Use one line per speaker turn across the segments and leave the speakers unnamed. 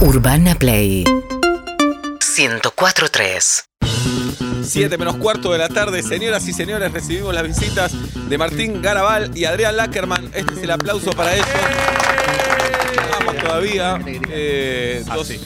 Urbana Play 104.3
7 menos cuarto de la tarde, señoras y señores, recibimos las visitas de Martín Garabal y Adrián Lackerman. Este es el aplauso para ellos.
¡Eh!
Vamos todavía. Eh,
Ah,
dos- eh,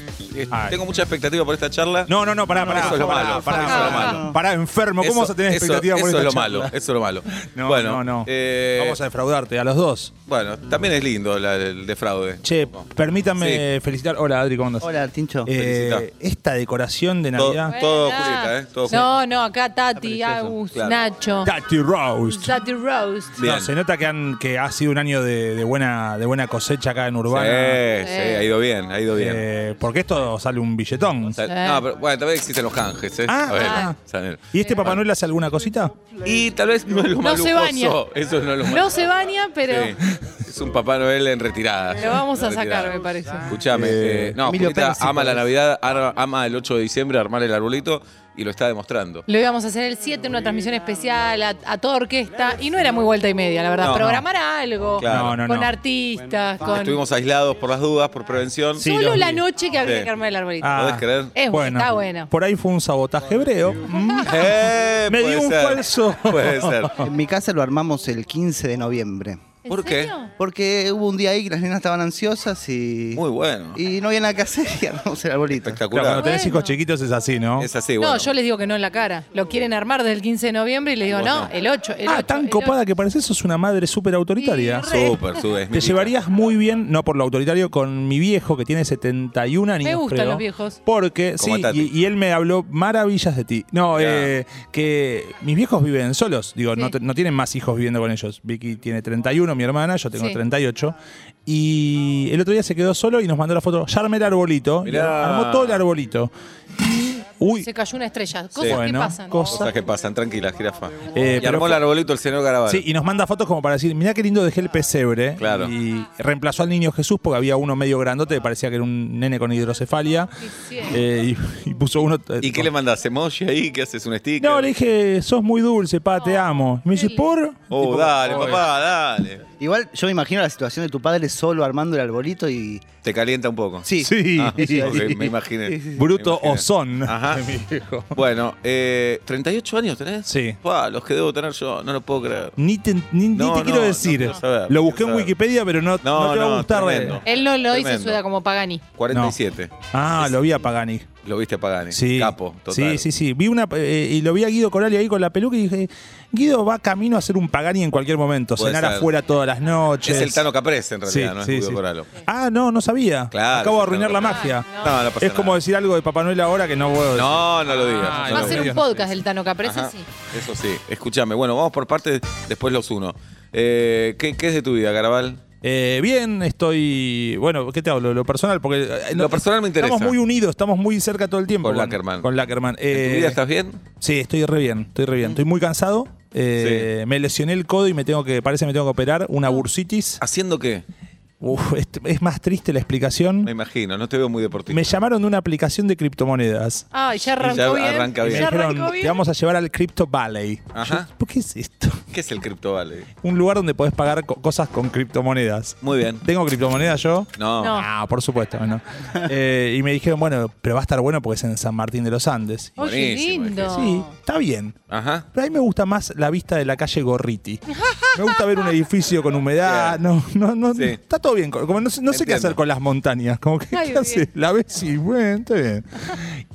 tengo mucha expectativa por esta charla.
No, no, no, pará, pará.
eso es lo
pará,
malo,
Pará,
eso es lo
pará,
malo.
pará, enfermo. ¿Cómo
Eso-
vas a tener
eso-
expectativa por
Eso
esta
es lo
charla?
malo, eso es lo malo.
No,
bueno,
no, no.
eh,
Vamos a defraudarte a los dos.
Bueno, también es lindo la- el defraude.
Che,
No.
permítanme felicitar. Hola, Adri, ¿cómo andas?
Hola, Tincho.
Eh,
Felicita.
esta decoración de
Todo-
Navidad.
todo
Buena.
Julieta, ¿eh? Todo
no, no, acá Tati, Agus,
Claro.
Nacho.
Tati Roast.
Tati Roast.
Bien.
No, se nota que, han, que ha sido un año de, de buena, de buena cosecha acá en
Sí,
Urbana.
sí,
eh.
ha ido bien, ha ido bien.
Eh, porque esto sale un billetón.
O sea, No, pero bueno, también existen los canjes, ¿eh?
Ah,
A ver,
ah.
Sanel.
¿Y este
eh,
Papá Noel hace alguna cosita?
Y tal vez no es lo
No
más
se baña.
lujoso. Eso no es lo más
No se baña, pero
Sí. Es un Papá Noel en retirada.
lo vamos a
En
sacar,
retirada.
me parece.
Escuchame,
Eh,
eh, no,
Emilio
Julieta
Pérez,
ama
sí,
la
podés.
Navidad, ar- ama el 8 de diciembre armar el arbolito y lo está demostrando.
Lo íbamos a hacer el 7 en una transmisión especial a, a toda orquesta y no era muy vuelta y media, la verdad.
No,
Programar algo
Claro.
No, no,
con
no.
artistas, con
Estuvimos aislados por las dudas, por prevención.
Sí.
solo
los
la
vi.
noche que habría
Sí.
que armar el arbolito.
Ah.
¿Podés creer?
es bueno, está bueno.
Por ahí fue un sabotaje hebreo. Mm.
Eh,
Me
puede
dio un
ser.
falso.
Puede ser.
En mi casa lo armamos el 15 de noviembre.
¿Por qué?
serio?
Porque hubo un día ahí que las nenas estaban ansiosas y.
Muy bueno.
Y no había nada que hacer y armamos el arbolito.
Claro, cuando
Espectacular.
tenés
Bueno.
hijos chiquitos es así, ¿no?
Es así,
No,
bueno.
yo les digo que no en la cara. Lo quieren armar desde el 15 de noviembre y les digo,
Vos
no,
no.
el 8. El
ah,
8,
tan
el
copada
8.
que pareces sos una madre súper autoritaria.
Sí, re.
Súper, sube.
Te llevarías muy bien, no por lo autoritario, con mi viejo que tiene 71 años.
gustan
creo,
los viejos.
Porque,
Como
sí,
Tati.
y, y él me habló maravillas de ti. No,
Ya.
eh, que mis viejos viven solos. Digo, no,
Sí.
te- no tienen más hijos viviendo con ellos. Vicky tiene 31, mi hermana, yo tengo
Sí.
38. Y el otro día se quedó solo y nos mandó la foto. Ya armé el arbolito. Y
Mirá.
armó todo el arbolito. Uy,
Se cayó una estrella. Cosas que
Bueno,
pasan.
cosas
Cosas que pasan, tranquila, jirafa.
Eh,
y
pero
armó el
fue-
arbolito el señor Garabal.
Sí, y nos manda fotos como para decir, mirá qué lindo dejé el pesebre.
Claro.
Y reemplazó al niño Jesús porque había uno medio grandote, que parecía que era un nene con hidrocefalia.
Sí, sí.
Eh, y, y puso uno. eh,
¿Y qué le mandas? ¿Emoji ahí? ¿Qué haces? ¿Un sticker?
No, le dije, sos muy dulce, pa, te amo. Y me dice,
qué
¿por?
Oh,
Tipo,
dale,
"Oye".
papá, dale.
Igual yo me imagino la situación de tu padre solo armando el arbolito y.
Te calienta un poco.
Sí.
Sí.
Ah, ok, me imaginé.
Bruto
Me imaginé.
ozón.
Ajá. Bueno, eh, 38 años tenés.
Sí.
Pua, los que debo tener yo, no lo puedo creer.
Ni te, ni- ni
No,
te
no,
quiero
no
decir.
quiero saber,
lo
no
busqué
quiero
en
saber.
Wikipedia, pero no,
No,
no te va
no,
a gustar.
tremendo.
Él no lo dice en
Tremendo.
su edad como Pagani.
47.
Ah, lo vi a Pagani.
Lo viste a Pagani.
Sí.
Capo, total.
Sí, sí, sí. Vi una, eh, y lo vi a Guido Corali ahí con la peluca y dije, Guido va camino a hacer un Pagani en cualquier momento,
Puede
cenar
ser.
afuera todas las noches.
Es el Tano Caprese, en realidad,
Sí,
no es
sí,
Guido
sí.
Coralo.
Ah, no, no sabía.
Claro,
Acabo de
es el
arruinar la
Tano
magia.
No, no, pasa
es como
nada.
decir algo de Papá Noel ahora que no puedo decir.
No, no lo digas.
Ah,
no
Va a
lo
ser un
digas.
podcast el Tano Caprese,
Ajá,
sí.
Eso sí. Escúchame. Bueno, vamos por partes, después los uno. Eh, ¿qué, qué es de tu vida, Garabal?
Eh, bien, estoy. Bueno, ¿qué te hablo? Lo personal, porque. eh,
Lo personal me interesa.
Estamos muy unidos, estamos muy cerca todo el tiempo.
Con Lackerman.
Con Lackerman.
¿En
Eh,
tu vida estás bien?
Sí, estoy re bien, estoy re bien. Estoy muy cansado. Eh, Me lesioné el codo y me tengo que. Parece que me tengo que operar. Una bursitis.
¿Haciendo qué?
Uf, es, es más triste la
Me
explicación.
imagino, no te veo muy deportista.
Me llamaron de una aplicación de criptomonedas.
Ah,
Y
ya arrancó
ya
bien.
arranca bien.
Y me
Ya
dijeron,
arrancó bien.
te vamos a llevar al Crypto Valley.
Ajá.
Yo, ¿Por qué es esto?
¿Qué es el Crypto Valley?
Un lugar donde podés pagar co- cosas con criptomonedas.
Muy bien.
¿Tengo criptomonedas yo?
No.
No.
Ah, por supuesto, no. Eh, y me dijeron, bueno, pero va a estar bueno porque es en San Martín de los Andes.
Oye,
Buenísimo,
lindo.
Sí, está bien.
Ajá.
Pero a mí me gusta más la vista de la calle Gorriti. Me gusta ver un edificio con humedad. No, no, no.
Sí.
Está todo bien. Como no, sé- no sé qué
Entiendo.
hacer con las montañas. Como que, ¿qué
Ay, bien.
haces? La ves y bueno, está bien.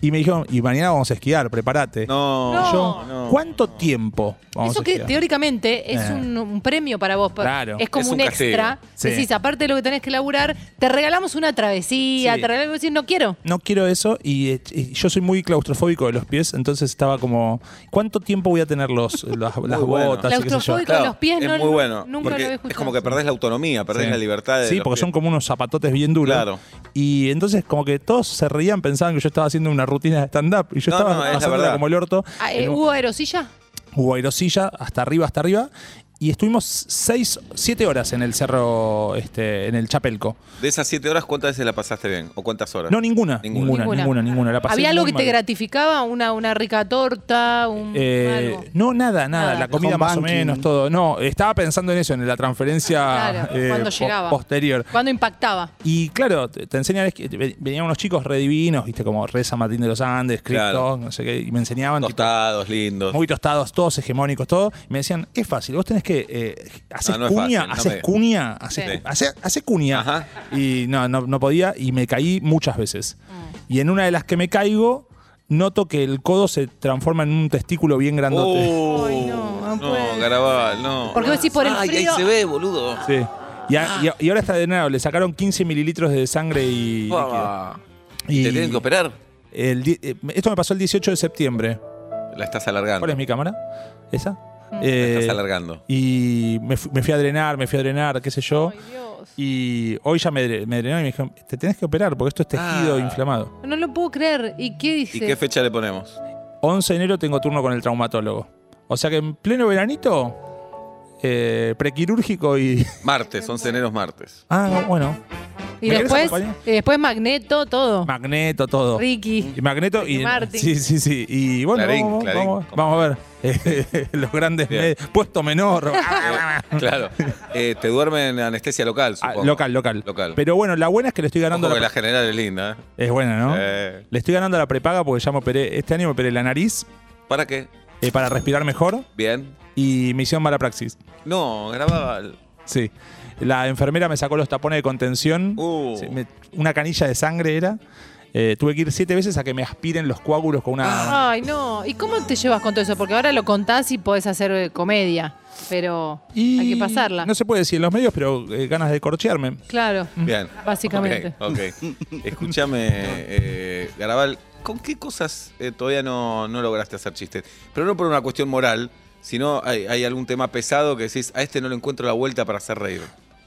Y me dijeron, y mañana vamos a esquiar, prepárate.
No.
No.
Yo,
no.
¿cuánto tiempo vamos
Eso
a
que
esquiar?
teóricamente es
Eh.
un, un premio para vos. pa-
Claro.
Es como
Es
un,
un castigo.
extra.
Sí.
Decís, aparte de lo que tenés que laburar, te regalamos una travesía,
Sí.
te regalamos decís, no quiero.
No quiero eso y, eh, y yo soy muy claustrofóbico de los pies, entonces estaba como, ¿cuánto tiempo voy a tener los, las, las
bueno.
botas? y qué sé yo?
Claustrofóbico. con los pies,
es
no-
muy bueno.
nunca
porque
lo había
es
escuchado.
como que perdés la autonomía, perdés
Sí.
la libertad. De
Sí,
los
porque
pies.
son como unos zapatotes bien duros.
Claro.
Y entonces como que todos se reían, pensaban que yo estaba haciendo una rutina de stand-up y yo
No,
estaba
no, es la
pasándola
verdad.
como el orto.
Ah, eh,
en un-
¿Hubo aerosilla?
Hubo aerosilla, hasta arriba, hasta arriba. Y y estuvimos seis, siete horas en el cerro, este, en el Chapelco.
De esas siete horas, ¿cuántas veces la pasaste bien? ¿O cuántas horas?
No, ninguna.
Ninguna.
Ninguna,
Ninguna.
ninguna, ninguna. La pasé
¿Había algo
muy
que te
mal.
gratificaba? ¿Una, una rica torta? Un,
Eh,
algo.
no, nada, nada,
Nada.
La comida
Home
más
banking.
o menos, todo. No, estaba pensando en eso, en la transferencia
Claro,
eh,
cuando
po-
llegaba.
posterior.
¿Cuándo impactaba?
Y claro, te, te enseñan, es que te- venían unos chicos redivinos, viste, como Reza Martín de los Andes, Crypto,
Claro.
no sé qué, y me enseñaban tipo,
Tostados, lindos.
muy tostados, todos hegemónicos, todo. Y me decían, es fácil, vos tenés que eh, hacer
No, no es
cuña,
fácil, no
haces
me-
cuña, haces
Sí.
cu- haces- haces cuña.
Ajá.
Y no, no, no podía y me caí muchas veces. Y en una de las que me caigo, noto que el codo se transforma en un testículo bien grandote.
Oh,
Ay, no, no puede.
Garabal, no.
Porque vos decís por el
Ay,
frío-
ahí se ve, boludo.
Sí. Y, a- y a- y ahora está de nuevo, le sacaron 15 mililitros de sangre y. líquido.
Ah,
Y
Te tienen que operar.
el di- eh, esto me pasó el 18 de septiembre.
La estás alargando.
¿Cuál es mi cámara? ¿Esa?
La
Eh,
estás alargando.
y me, fu- me fui a drenar, me fui a drenar, qué sé yo.
Ay, Dios.
Y hoy ya me, dre- me drenaron y me dijeron, te tenés que operar porque esto es tejido
Ah.
inflamado.
No lo puedo creer. ¿Y qué dice?
¿Y qué fecha le ponemos?
11 de enero tengo turno con el traumatólogo. O sea que en pleno veranito, eh, prequirúrgico y...
Martes, 11 de enero es martes.
Ah, bueno. ¿Me
y
querés
después,
acompañar?
y después Magneto, todo.
Magneto, todo.
Ricky.
Y Magneto y...
Martin.
Sí, sí, sí. Y bueno,
Clarín,
vamos,
Clarín.
vamos- vamos a ver. Eh, Los grandes...
Bien.
medios. puesto menor.
Claro. Eh, te duermen en anestesia local,
Ah,
supongo.
local, local,
Local.
Pero bueno, la buena es que le estoy ganando...
Ojo que
La,
la general es linda, ¿eh?
Es buena, ¿no?
Eh,
Le estoy ganando la prepaga porque ya me operé... Este año me operé la nariz
¿Para qué?
eh, para respirar mejor
Bien.
y me hicieron mala praxis.
No, grababa.
Sí. La enfermera me sacó los tapones de contención.
Uh.
Se- me- una canilla de sangre era. Eh, tuve que ir siete veces a que me aspiren los coágulos con una.
Ay, no. ¿Y cómo te llevas con todo eso? Porque ahora lo contás y podés hacer eh, comedia. Pero
Y
hay que pasarla.
No se puede decir en los medios, pero eh, ganas de corchearme.
Claro.
Bien.
Básicamente.
Ok, ok. Escúchame, eh, Garabal, ¿con qué cosas eh, todavía no, no lograste hacer chistes? Pero no por una cuestión moral, sino hay, hay algún tema pesado que decís, a este no le encuentro la vuelta para hacer reír.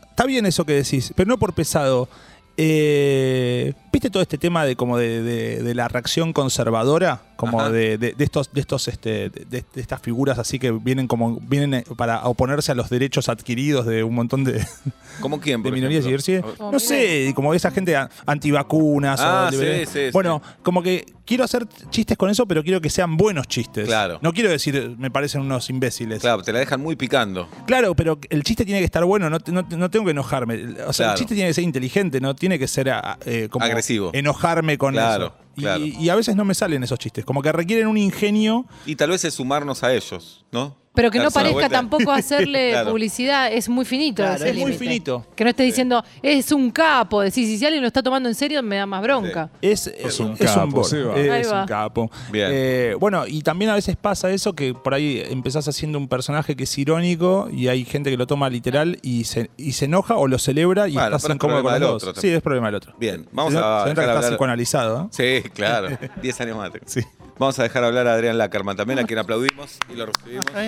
Está bien eso que decís, pero no por pesado. Eh, ¿Viste todo este tema de como de, de- de la reacción conservadora? Como
Ajá.
de, de- de estos, de estos, este, de, de- de estas figuras así que vienen como, vienen eh, para oponerse a los derechos adquiridos de un montón de,
¿Cómo quién?
de
por
minorías y
ejemplo?
diversidad.
Como
No
mira.
sé, y como esa gente a- antivacunas. o
Ah, sí,
liber-
sí, sí.
bueno, como que quiero hacer chistes con eso, pero quiero que sean buenos chistes.
Claro.
No quiero decir, eh, me parecen unos imbéciles.
Claro, te la dejan muy picando.
Claro, pero el chiste tiene que estar bueno, no, te- no te- no tengo que enojarme. O sea,
Claro.
el chiste tiene que ser inteligente, no tiene que ser a- a- eh, como
Agresivo.
Enojarme con
Claro,
eso. Y,
claro.
y a veces no me salen esos chistes, como que requieren un ingenio.
Y tal vez es sumarnos a ellos, ¿no?
Pero que no
Darse una
parezca
vuelta.
tampoco hacerle
Claro.
publicidad, es muy finito.
Claro,
ese
es muy
límite.
finito.
Que no estés diciendo, es un capo. Decís, "Y si alguien lo está tomando en serio, me da más bronca.
Es,
Es
eh,
un
es
capo,
bol,
sí, va.
es
Ahí va.
un capo.
Bien.
Eh, bueno, y también a veces pasa eso que por ahí empezás haciendo un personaje que es irónico y hay gente que lo toma literal y se, y se enoja o lo celebra y
Bueno,
estás
pero es
incómodo
problema
con
del
los
otro
dos. Sí,
también.
es problema del otro.
Bien, vamos
Se nota-
a
se nota que
dejar
estás
hablar-
psicoanalizado, ¿eh?
Sí, claro. 10 años más.
Sí.
Vamos a dejar hablar a Adrián Lackerman también, a quien aplaudimos y lo recibimos.
Eh,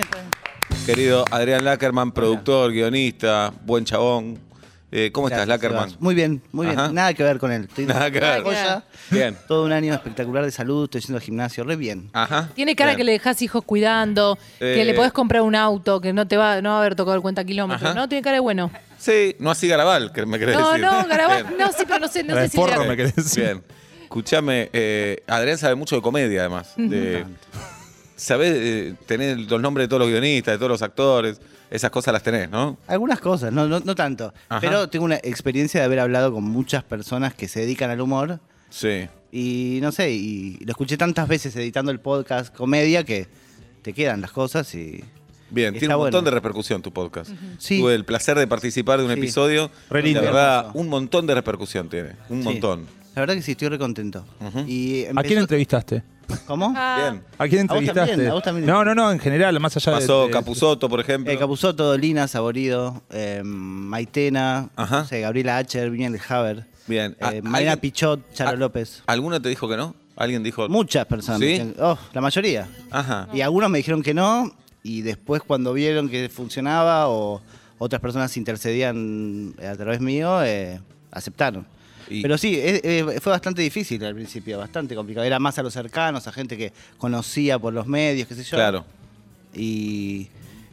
Querido Adrián Lackerman, productor, guionista, buen chabón. Eh, ¿Cómo estás,
Gracias,
Lackerman?
Sebas. Muy bien, muy bien.
Ajá.
Nada que ver con él. Estoy
Nada que ver.
Joya.
Bien.
Todo un año espectacular de salud, estoy yendo al gimnasio, re bien.
Ajá.
Tiene cara
Bien.
que le dejás hijos cuidando, que
Eh.
le podés comprar un auto, que no te va, no va a haber tocado el cuenta kilómetro.
Ajá.
No, tiene cara de bueno.
Sí, no así Garabal, que me querés
No,
decir.
no, Garabal,
Bien.
no, sí, pero no sé, no sé si
Reforro
le-
me querés decir.
Bien. Escuchame, eh, Adrián sabe mucho de comedia, además. De, sabés eh, tener los nombres de todos los guionistas, de todos los actores. Esas cosas las tenés, ¿no?
Algunas cosas, no, no, no tanto.
Ajá.
Pero tengo una experiencia de haber hablado con muchas personas que se dedican al humor.
Sí.
Y no sé, y lo escuché tantas veces editando el podcast comedia que te quedan las cosas y.
Bien,
Está
tiene un montón
bueno.
de repercusión tu podcast.
Sí.
Tuve el placer de participar de un
Sí.
episodio.
Re
y
lindo.
La verdad,
Hermoso.
un montón de repercusión tiene. Un
Sí.
montón.
La verdad que sí, estoy re contento.
Ujú.
y
¿A
empezó-
quién entrevistaste?
¿Cómo?
Ah,
Bien.
¿A quién
A vos
entrevistaste?
también, a vos también.
No, no, no, en general, más allá de.
Pasó
de-
Capuzoto, por ejemplo.
Eh, Capusotto, Dolina, Saborido, eh, Maitena,
Ajá.
no sé, Gabriela Acher, Vivian del Haber,
Bien. Ah,
eh, Marina
¿alguien-
Pichot, Charo
ah,
López.
¿Alguno te dijo que no? ¿Alguien dijo?
Muchas personas. me
¿Sí?
dijeron- Oh, la mayoría.
Ajá.
Y algunos me dijeron que no, y después cuando vieron que funcionaba o otras personas intercedían a través mío, eh, aceptaron.
Y-
Pero sí, eh, eh, fue bastante difícil al principio, bastante complicado. Era más a los cercanos, a gente que conocía por los medios, qué sé yo.
Claro.
Y,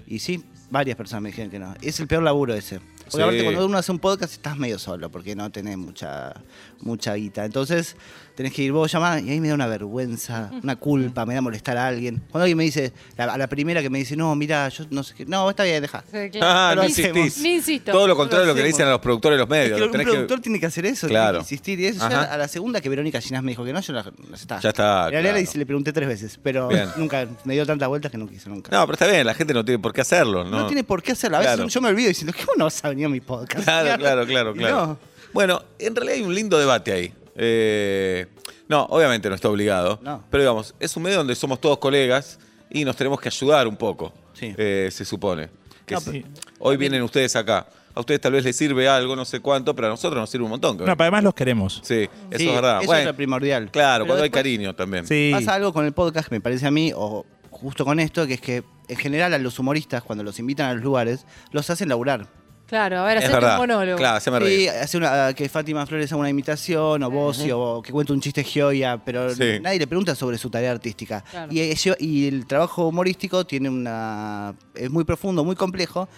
y sí, varias personas me dijeron que no. Es el peor laburo ese. Porque aparte,
Sí.
cuando uno hace un podcast estás medio solo, porque no tenés mucha, mucha guita. Entonces, tenés que ir vos llamar y ahí me da una vergüenza, una culpa, me da molestar a alguien. Cuando alguien me dice, la- a la primera que me dice, no, mira, yo no sé qué. No, está bien, deja.
Sí, claro.
Ah, no
Lo
insistís.
hacemos.
Ni insisto.
Todo lo contrario de lo que le
hacemos.
dicen a los productores de los
Es
medios.
que
lo
un
tenés que-
productor tiene que hacer eso,
Claro.
tiene que insistir. Y eso
Ajá.
ya a la segunda que Verónica Ginás me dijo que no, yo la, ya está.
Ya está,
En realidad
claro.
le, hice- le pregunté tres veces, pero
Bien.
nunca me dio tantas vueltas que no quiso nunca.
No, pero está bien, la gente no tiene por qué hacerlo. No,
No tiene por qué hacerlo. A veces
Claro.
yo me olvido diciendo, ¿qué vos no vas a venir a mi podcast?
Claro, claro, claro,
Y
claro.
no.
Bueno, en realidad hay un lindo debate ahí. Eh, no, obviamente no está obligado.
No.
Pero digamos, es un medio donde somos todos colegas y nos tenemos que ayudar un poco.
Sí.
eh, se supone. Que
No,
si-
pero-
hoy vienen ustedes acá. A ustedes tal vez les sirve algo, no sé cuánto, pero a nosotros nos sirve un montón. que-
No, pero además los queremos.
sí, eso
Sí,
es verdad.
Eso
Bueno,
es lo primordial.
claro,
Pero
cuando hay
después
cariño también.
Sí.
Pasa algo con el podcast que me parece a mí, o justo con esto, que es que en general a los humoristas, cuando los invitan a los lugares, los hacen laburar.
Claro, a ver,
es
hacete un
verdad.
monólogo.
Claro, se me
Sí,
ríe.
hace una, que Fátima Flores haga una imitación, o Bossi, o que cuente un chiste geoia, pero
Sí.
nadie le pregunta sobre su tarea artística.
Claro.
Y, ello- y el trabajo humorístico tiene una es muy profundo, muy complejo.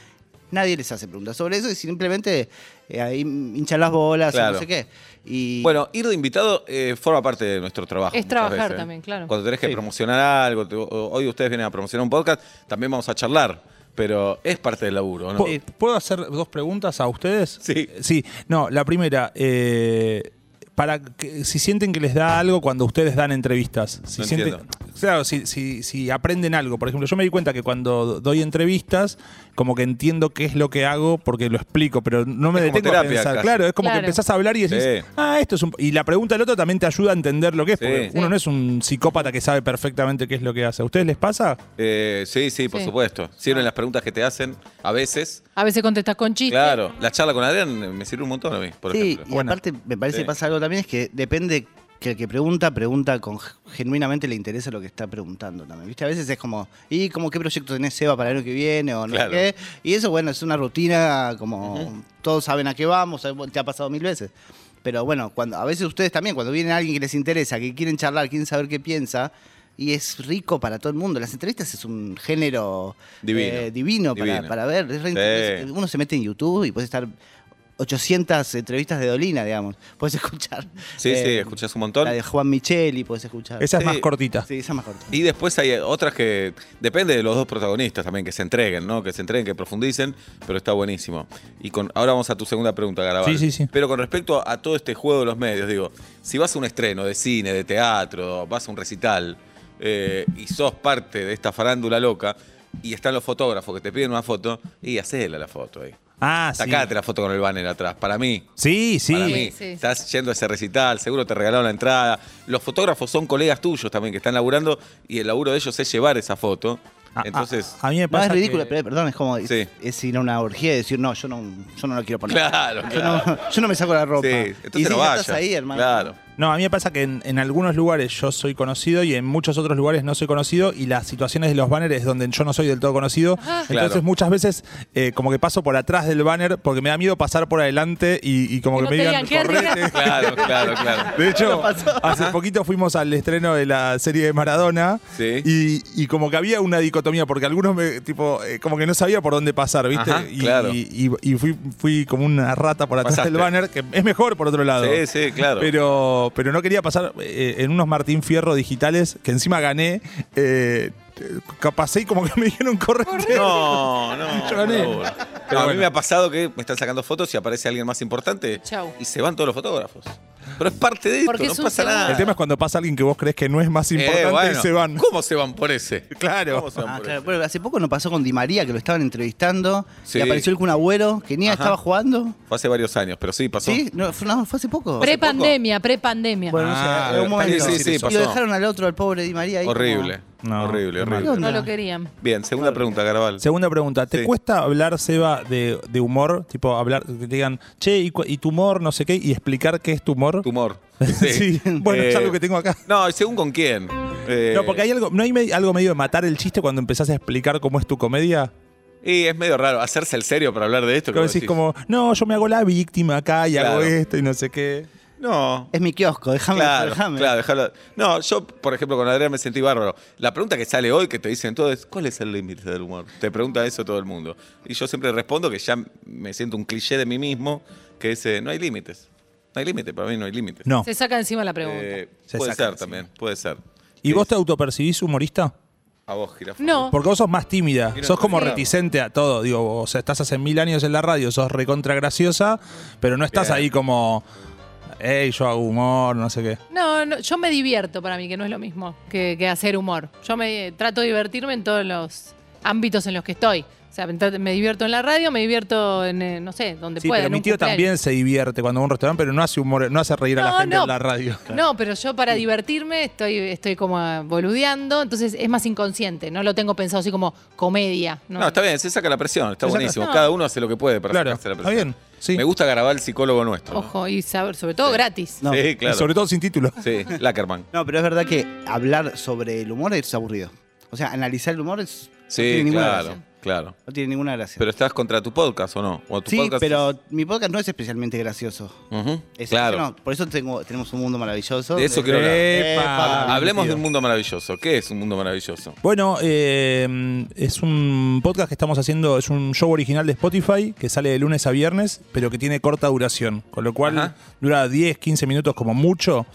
Nadie les hace preguntas sobre eso y simplemente eh, ahí hinchan las bolas, o
Claro.
no sé qué. Y
Bueno, ir de invitado eh, forma parte de nuestro trabajo.
Es
muchas
trabajar
veces, ¿eh?
también, claro.
Cuando tenés que
Sí.
promocionar algo, te- o- hoy ustedes vienen a promocionar un podcast, también vamos a charlar, pero es parte del laburo, ¿no?
Po- ¿Puedo hacer dos preguntas a ustedes? Eh,
Sí.
Sí. No, la primera, eh, para que, si sienten que les da algo cuando ustedes dan entrevistas. Si
No
sienten,
entiendo.
claro, si, si- si aprenden algo. Por ejemplo, yo me di cuenta que cuando doy entrevistas, como que entiendo qué es lo que hago porque lo explico, pero no me
Es como
detengo a
terapia
pensar.
casi.
Claro, es como
Claro.
que empezás a hablar y decís,
Sí.
ah, esto es un. Y la pregunta del otro también te ayuda a entender lo que es,
Sí.
porque
Sí.
uno no es un psicópata que sabe perfectamente qué es lo que hace. ¿A ustedes les pasa?
Eh, sí, sí, por
Sí. Ah.
supuesto. Sirven las preguntas que te hacen a veces.
A veces contestas con chistes.
Claro, la charla con Adrián me sirve un montón a mí, por
sí,
ejemplo.
y aparte me parece
Sí.
que pasa algo también, es que depende que el que pregunta, pregunta con genuinamente le interesa lo que está preguntando también. ¿Viste? A veces es como, ¿y cómo qué proyecto tenés Seba para el año que viene? o no sé
Claro.
qué? Y eso, bueno, es una rutina como todos saben a qué vamos, te ha pasado mil veces. Pero bueno, cuando a veces ustedes también, cuando viene alguien que les interesa, que quieren charlar, quieren saber qué piensa, y es rico para todo el mundo. Las entrevistas es un género
Divino.
eh, divino, para-
Divino.
Para, ver. Es
Sí.
re interesante. Uno se mete en YouTube y puede estar 800 entrevistas de Dolina, digamos. Puedes escuchar.
Sí,
eh,
sí, escuchás un montón.
La de Juan Micheli, puedes escuchar.
Esa
Ah,
es
Sí.
más cortita.
Sí, esa es más corta.
Y después hay otras que depende de los dos protagonistas también, que se entreguen, ¿no? Que se entreguen, que profundicen, pero está buenísimo. Y con, ahora vamos a tu segunda pregunta, Garabal.
Sí, sí, sí.
Pero con respecto a, todo este juego de los medios, digo, si vas a un estreno de cine, de teatro, vas a un recital eh, y sos parte de esta farándula loca y están los fotógrafos que te piden una foto, y hacela la foto ahí.
Ah, sí.
Sacate la foto con el banner atrás, para mí.
Sí, sí.
Para mí.
Sí, sí.
Estás yendo a ese recital, seguro te regalaron la entrada. Los fotógrafos son colegas tuyos también que están laburando y el laburo de ellos es llevar esa foto.
A- a-
Entonces,
Ah, a, mí me
No,
pasa
es ridículo,
que-
pero, perdón, es como
Sí.
es ir a una orgía y decir, no, yo no, yo no lo quiero poner.
claro,
Yo
claro.
no, yo no me saco la ropa.
Sí,
y
entonces
sí,
no
ya
vayas.
estás ahí, hermano.
Claro.
No, a mí me pasa que en, en algunos lugares yo soy conocido y en muchos otros lugares no soy conocido y las situaciones de los banners es donde yo no soy del todo conocido. Entonces
Claro.
muchas veces eh, como que paso por atrás del banner porque me da miedo pasar por adelante y, y como que,
Que no
me
te
digan,
digan, ¿qué
"Correte".
Claro, claro, claro.
De hecho,
pasó.
hace poquito fuimos al estreno de la serie de Maradona
Sí.
y, y como que había una dicotomía porque algunos me, tipo, eh, como que no sabía por dónde pasar, ¿viste?
Ajá,
y
claro.
y- y- y fui, fui como una rata por atrás
Pasaste.
del banner, que es mejor por otro lado.
Sí, sí, claro.
Pero, pero no quería pasar eh, en unos Martín Fierro digitales que encima gané. Eh, eh, pasé y como que me dijeron correte.
No, no.
Yo gané.
por favor. No,
Pero
a mí
bueno.
me ha pasado que me están sacando fotos y aparece alguien más importante
Chau.
y se van todos los fotógrafos. Pero es parte de esto,
Porque
no
es un
pasa
segundo.
nada.
El tema es cuando pasa alguien que vos crees que no es más importante
Eh,
y
bueno,
se van.
¿Cómo se van por ese?
Claro.
¿Cómo se van
Ah,
por
claro.
ese?
Bueno, hace poco no pasó con Di María, que lo estaban entrevistando,
Sí.
y apareció el Kun Agüero, que ni
Ajá.
estaba jugando.
Fue hace varios años, pero sí pasó.
Sí, no, fue, no, fue hace poco.
Prepandemia, prepandemia.
Bueno,
Ah,
no sé, en un momento.
eh, sí, sí, sí,
y
pasó.
lo dejaron al otro, al pobre Di María. ahí
Horrible.
No,
horrible,
qué mal.
horrible.
¿Qué
no
onda?
lo querían.
Bien, segunda pregunta, Garabal.
Segunda pregunta, ¿te
Sí.
cuesta hablar, Seba, de, de humor? Tipo, hablar, que te digan, che, y, cu- y tu humor, no sé qué, y explicar qué es tu humor.
Tumor.
Sí. Bueno, es
Eh,
algo que tengo acá.
No, y según con quién. Eh,
No, porque hay algo, ¿no hay me- algo medio de matar el chiste cuando empezás a explicar cómo es tu comedia?
Y es medio raro hacerse el serio para hablar de esto.
Que vos
vos
decís como, no, yo me hago la víctima acá y hago
Claro.
esto y no sé qué.
No.
Es mi kiosco, déjame.
Claro,
déjame.
claro, déjalo. No, yo, por ejemplo, con Adrián me sentí bárbaro. La pregunta que sale hoy, que te dicen todo, es: ¿cuál es el límite del humor? Te pregunta eso todo el mundo. Y yo siempre respondo que ya me siento un cliché de mí mismo, que es: eh, no hay límites. No hay límite, para mí no hay límites.
No.
Se saca encima la pregunta.
Eh,
Se
puede
saca
ser
encima.
también, puede ser.
¿Y
Eh,
vos te autopercibís humorista?
A vos, jirafa.
no.
Porque vos sos más tímida,
Mira,
sos como
claro.
reticente a todo, digo, o sea, estás hace mil años en la radio, sos recontra graciosa, pero no estás
Bien.
ahí como, hey, yo hago humor, no sé qué.
No, no, yo me divierto para mí, que no es lo mismo que, que hacer humor. Yo me eh, trato de divertirme en todos los ámbitos en los que estoy. O sea, me, tra- me divierto en la radio, me divierto en, eh, no sé, donde
Sí,
pueda.
pero
en
mi
un
tío
cumpleaños.
también se divierte cuando va a un restaurante, pero no hace humor, no hace reír a la
No,
gente
no.
en la radio.
No, pero yo para divertirme estoy, estoy como ah, boludeando, entonces es más inconsciente, no lo tengo pensado así como comedia. No,
No, está bien, se saca la presión, está
Se saca-
buenísimo.
No.
Cada uno hace lo que puede para
Claro,
sacarse la
está
presión.
bien, sí.
Me gusta grabar el psicólogo nuestro.
Ojo, y saber, sobre todo gratis.
No.
Sí,
Y
claro.
Y sobre todo sin título.
Sí, Lackerman.
No, pero es verdad que hablar sobre el humor es aburrido. O sea, analizar el humor es, no
Sí,
tiene ninguna
claro,
gracia.
claro.
No tiene ninguna gracia.
Pero estás contra tu podcast o no? ¿O tu
sí,
podcast
pero mi podcast no es especialmente gracioso.
Ujú,
Es-
claro.
no, por eso tengo, tenemos un mundo maravilloso.
De eso quiero hablar.
Epa.
Epa.
Ah, Hablemos de un mundo maravilloso. ¿Qué es un mundo maravilloso?
Bueno, eh, es un podcast que estamos haciendo, es un show original de Spotify que sale de lunes a viernes, pero que tiene corta duración, con lo cual
Ajá.
dura 10, 15 minutos como mucho.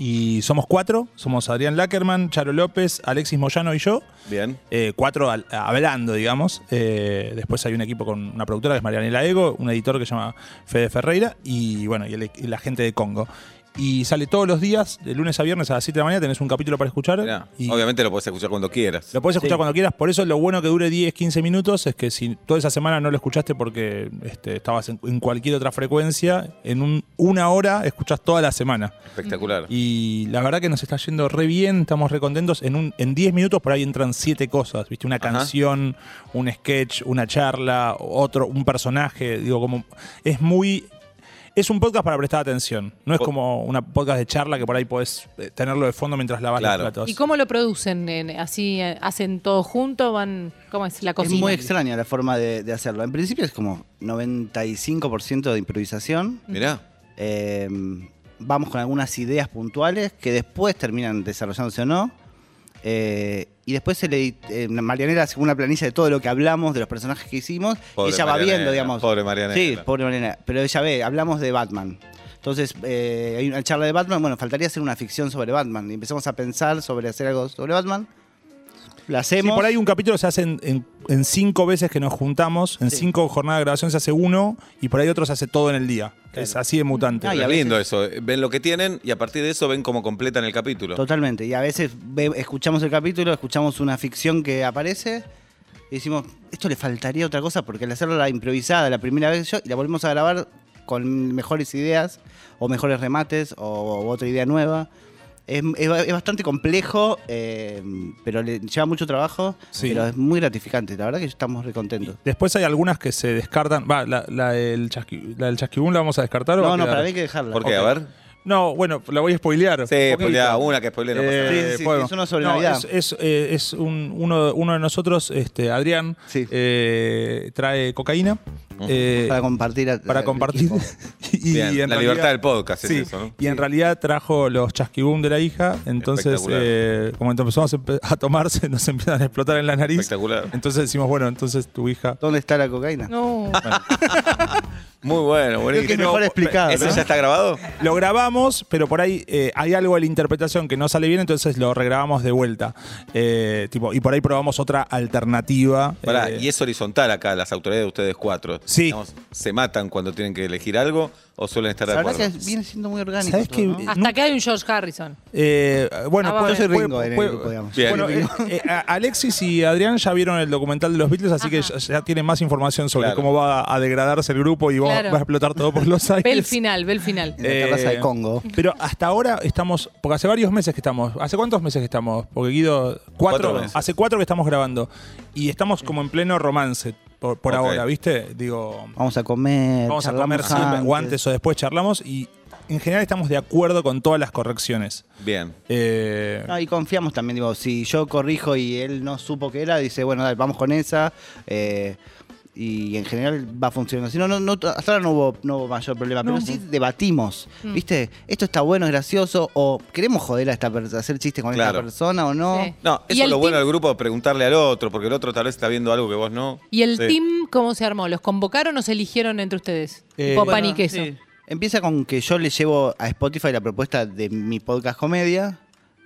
Y somos cuatro, somos Adrián Lackerman, Charo López, Alexis Moyano y yo.
Bien.
Eh, cuatro al- hablando, digamos. Eh, después hay un equipo con una productora que es Marianela Ego, un editor que se llama Fede Ferreira y bueno, y, el e- y la gente de Congo. Y sale todos los días, de lunes a viernes a las 7 de la mañana, tenés un capítulo para escuchar.
Mirá,
y
Obviamente lo podés escuchar cuando quieras.
Lo podés escuchar
Sí.
cuando quieras, por eso lo bueno que dure 10, 15 minutos es que si toda esa semana no lo escuchaste porque este, estabas en, en cualquier otra frecuencia, en un- una hora escuchás toda la semana.
Espectacular.
Y la verdad que nos está yendo re bien, estamos re contentos. En, un, en 10 minutos por ahí entran siete cosas, ¿viste? Una
Ajá.
canción, un sketch, una charla, otro, un personaje. Digo, como. Es muy. Es un podcast para prestar atención. No es
Po-
como una podcast de charla que por ahí podés eh, tenerlo de fondo mientras lavas
Claro.
los platos.
¿Y cómo lo producen? En- ¿Así eh, hacen todo junto? ¿Van? ¿Cómo es la
Es
cocina?
muy extraña la forma de, de hacerlo. En principio es como 95% de improvisación.
Mirá.
Eh, vamos con algunas ideas puntuales que después terminan desarrollándose o no. Eh, y después el edit- eh, Marianela hace una planilla de todo lo que hablamos, de los personajes que hicimos.
Pobre
ella va
Marianela,
viendo, digamos.
pobre Marianela.
Sí, pobre Marianela. Pero ella ve, hablamos de Batman. Entonces, eh, hay una charla de Batman. Bueno, faltaría hacer una ficción sobre Batman. Y empezamos a pensar sobre hacer algo sobre Batman. La
Sí,
hacemos.
por ahí un capítulo se hace en, en- en cinco veces que nos juntamos, en cinco jornadas de grabación se hace uno y por ahí otro se hace todo en el día. Es así de mutante.
Ah, y
Pero
a
es lindo
veces-
eso. Ven lo que tienen y a partir de eso ven cómo completan el capítulo.
Totalmente. Y a veces ve- escuchamos el capítulo, escuchamos una ficción que aparece y decimos, esto le faltaría otra cosa porque al hacerla la improvisada la primera vez yo, y la volvemos a grabar con mejores ideas o mejores remates o, o otra idea nueva. Es, es ba- es bastante complejo, eh, pero le lleva mucho trabajo,
Sí.
pero es muy gratificante. La verdad que estamos re contentos.
Después hay algunas que se descartan. Va, la, la del chasqui- la del chasquibún la vamos a descartar o va
No,
a
no,
quedar?
para mí hay que dejarla.
¿Por qué?
Ok.
A ver.
No, bueno, la voy a spoilear.
Sí,
Un
spoileá,
poquito.
una que spoilea no pasa
Eh,
nada.
Sí, sí, sí,
podemos.
es una sobre
No,
Navidad.
es- es, eh, es un- uno, uno de nosotros, este, Adrián,
Sí.
eh, trae cocaína eh,
Para compartir. a-
para
al
compartir.
equipo.
y,
Bien,
en
la
realidad-
libertad del podcast
Sí,
es eso, ¿no?
y en realidad trajo los chasquibum de la hija, entonces
Espectacular.
eh, como empezamos a empe- a tomarse, nos empiezan a explotar en la nariz.
Espectacular.
Entonces decimos, bueno, entonces tu hija...
¿Dónde está la cocaína?
No.
Muy bueno,
Creo que es
buenísimo.
mejor explicado.
¿Eso
¿no?
ya está grabado?
Lo grabamos, pero por ahí eh, hay algo de la interpretación que no sale bien, entonces lo regrabamos de vuelta. Eh, tipo, y por ahí probamos otra alternativa.
Pará,
eh,
y es horizontal acá, las autoridades de ustedes cuatro.
Sí.
¿Se matan cuando tienen que elegir algo o suelen estar de
La verdad
acuerdo?
que viene siendo muy orgánico.
¿Sabés
todo,
qué?
¿no?
Hasta que hay un George Harrison.
Eh, bueno,
Ah, va.
puede-
Yo soy
puede-
Ringo en el
puede-
grupo, digamos.
Bien.
Bueno, eh, eh, a- Alexis y Adrián ya vieron el documental de los Beatles, así que ya, ya tienen más información sobre
Claro.
cómo va a degradarse el grupo y va,
Claro.
va a explotar todo por los aires.
Ve el final, ve el final.
En la terraza de Congo.
Pero hasta ahora estamos, porque hace varios meses que estamos. ¿Hace cuántos meses que estamos? Porque Guido, cuatro,
Cuatro meses.
hace cuatro que estamos grabando y estamos como en pleno romance por, por
Ok.
ahora, ¿viste? Digo,
Vamos a comer.
vamos a
Eh, charlamos
comer siempre, o antes o después charlamos y en general estamos de acuerdo con todas las correcciones.
Bien.
Eh,
No, y confiamos también, digo, si yo corrijo y él no supo que era, dice, bueno, dale, vamos con esa. eh, y en general va funcionando. Si no, no, no, hasta ahora no hubo, no hubo mayor problema, pero sí debatimos, ¿viste? Esto está bueno, es gracioso, o queremos joder a esta per- hacer chistes con
Claro.
esta persona o no.
Sí.
No,
Y
eso es
el
lo bueno
team-
del grupo, preguntarle al otro, porque el otro tal vez está viendo algo que vos no.
¿Y el
Sí.
team cómo se armó? ¿Los convocaron o se eligieron entre ustedes?
Eh,
Popan
bueno,
y queso.
sí.
Empieza con que yo le llevo a Spotify la propuesta de mi podcast comedia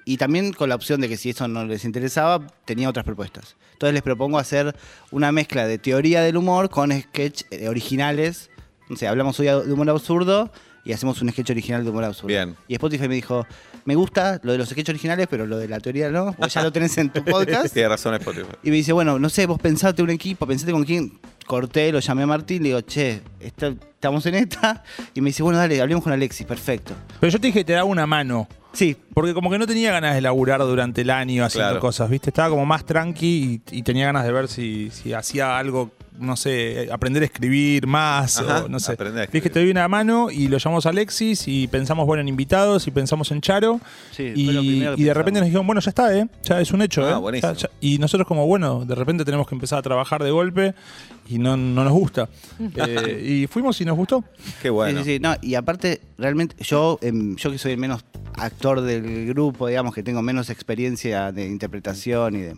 y también con la opción de que si eso no les interesaba, tenía otras propuestas. Entonces les propongo hacer una mezcla de teoría del humor con sketch eh, originales. No sé, hablamos hoy de humor absurdo y hacemos un sketch original de humor absurdo.
Bien.
Y Spotify me dijo, me gusta lo de los sketches originales, pero lo de la teoría no, porque ya lo tenés en tu podcast.
Tiene razón Spotify.
Y me dice, bueno, no sé, vos pensate un equipo, pensate con quién. Corté, lo llamé a Martín, le digo, che, esta- estamos en esta. Y me dice, bueno, dale, hablemos con Alexis, perfecto.
Pero yo te dije que te daba una mano.
Sí,
Porque como que no tenía ganas de laburar durante el año haciendo
Claro.
cosas, ¿viste? Estaba como más tranqui y, y tenía ganas de ver si, si hacía algo, no sé, eh, aprender a escribir más
Ajá,
o no sé.
aprender a escribir.
Dije, te doy una mano y lo llamamos a Alexis y pensamos, bueno, en invitados y pensamos en Charo.
Sí,
y,
fue lo primero que
y de
pensamos.
repente nos dijeron, bueno, ya está, ¿eh? Ya es un hecho,
Ah,
¿eh?
buenísimo.
Ya- ya- Y nosotros como, bueno, de repente tenemos que empezar a trabajar de golpe y no, no nos gusta. Eh, y fuimos y nos gustó.
Qué bueno.
Sí, sí, sí. No, y aparte, realmente, yo, em, yo que soy el menos actor del grupo, digamos, que tengo menos experiencia de interpretación y de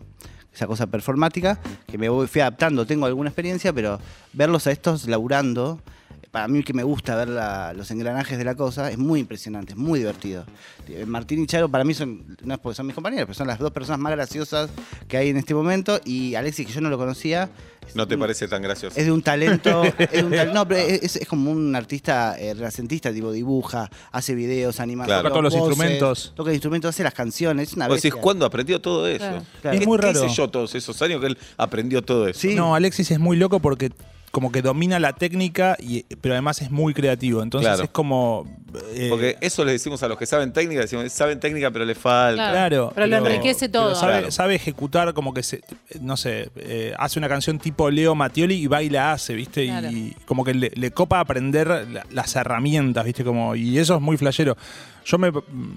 esa cosa performática, que me voy, fui adaptando, tengo alguna experiencia, pero verlos a estos laburando, para mí que me gusta ver la- los engranajes de la cosa, es muy impresionante, es muy divertido. Eh, Martín y Charo para mí son, no es porque son mis compañeros, pero son las dos personas más graciosas que hay en este momento, y Alexis, que yo no lo conocía,
No te
parece
parece tan gracioso.
es de un talento. es de un tal- no, pero es, es como un artista eh, renacentista, tipo dibuja, hace videos, anima.
Claro.
toca
Toca los
voces,
instrumentos.
Toca los instrumentos, hace las canciones. Es una
Vos decís,
bestia.
¿cuándo aprendió todo eso?
Claro.
Claro.
¿Qué-
Es muy
qué
raro.
sé yo todos esos años que él aprendió todo eso?
Sí.
No, Alexis es muy loco porque como que domina la técnica, y, pero además es muy creativo. Entonces
Claro.
es como... eh,
Porque eso le decimos a los que saben técnica, decimos, saben técnica pero le falta.
Claro.
Pero lo enriquece todo.
pero sabe,
Claro.
sabe ejecutar como que se, no sé, eh, hace una canción tipo Leo Mattioli y va y la hace, ¿viste?
Claro.
Y como que le, le copa aprender la- las herramientas, ¿viste? Como, y eso es muy flashero. Yo me,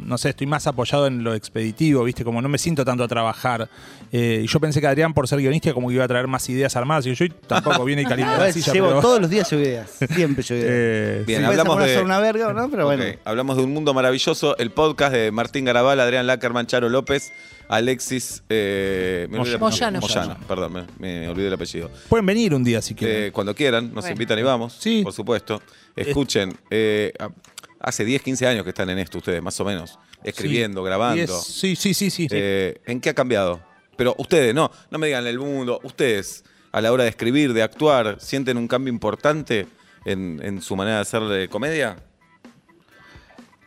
no sé, estoy más apoyado en lo expeditivo, ¿viste? Como no me siento tanto a trabajar. Eh, y yo pensé que Adrián, por ser guionista, como que iba a traer más ideas armadas. Y yo y tampoco viene y calienta
Igual
la silla,
llevo
pero-
todos los días llevo ideas. Siempre llevo ideas.
Eh,
Bien,
Si
hablamos
pensás
de.
poner una verga, ¿no? Pero bueno.
Ok, Hablamos de un mundo maravilloso, el podcast de Martín Garabal, Adrián Lackerman, Charo López, Alexis eh, me olvidé-
Moyano.
Moyano, perdón, me, me olvidé el apellido.
Pueden venir un día si quieren.
Eh, cuando quieran, nos
Bueno.
invitan y vamos.
Sí.
Por supuesto. Escuchen, eh, a- hace 10, 15 años que están en esto ustedes, más o menos. Escribiendo,
Sí.
grabando.
Y es- sí, sí, sí, sí.
Eh, ¿En qué ha cambiado? Pero ustedes, no, no me digan el mundo, ustedes, a la hora de escribir, de actuar, ¿sienten un cambio importante en, en su manera de hacer de comedia?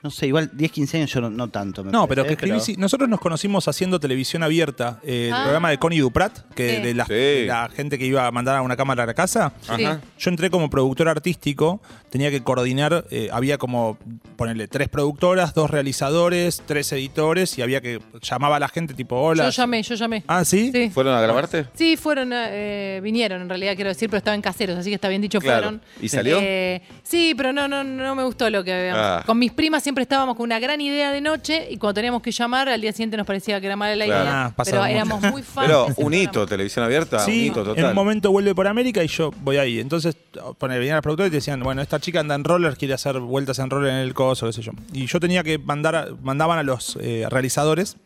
No sé, igual 10, 15 años yo no, no tanto. me
No,
parece,
pero que
¿eh?
escribí. sí. Nosotros nos conocimos haciendo televisión abierta, eh, el
Ah.
programa de Connie Duprat, que
Sí.
de, la,
Sí.
de la gente que iba a mandar a una cámara a la casa.
Sí.
Ajá.
Yo entré como productor artístico, tenía que coordinar, eh, había como, ponerle, tres productoras, dos realizadores, tres editores, y había que llamaba a la gente tipo, hola.
Yo llamé, yo llamé.
Ah, ¿sí?
Sí.
¿Fueron a grabarte?
Sí, fueron, eh, vinieron en realidad, quiero decir, pero estaban caseros, así que está bien dicho,
Claro.
fueron.
¿Y salió?
Eh, sí, pero no, no, no me gustó lo que habíamos.
Ah.
Con mis primas siempre estábamos con una gran idea de noche y cuando teníamos que llamar, al día siguiente nos parecía que era mala la
Claro.
idea.
Ah, pasaba
pero
mucho.
éramos muy fans.
Pero
de ese
un hito,
programa.
televisión abierta, un
Sí,
hito
en
total.
un momento vuelve por América y yo voy ahí. Entonces, poner, venían las productoras y te decían, bueno, esta chica anda en roller, quiere hacer vueltas en roller en el coso, qué sé yo. Y yo tenía que mandar, a- mandaban a los eh, realizadores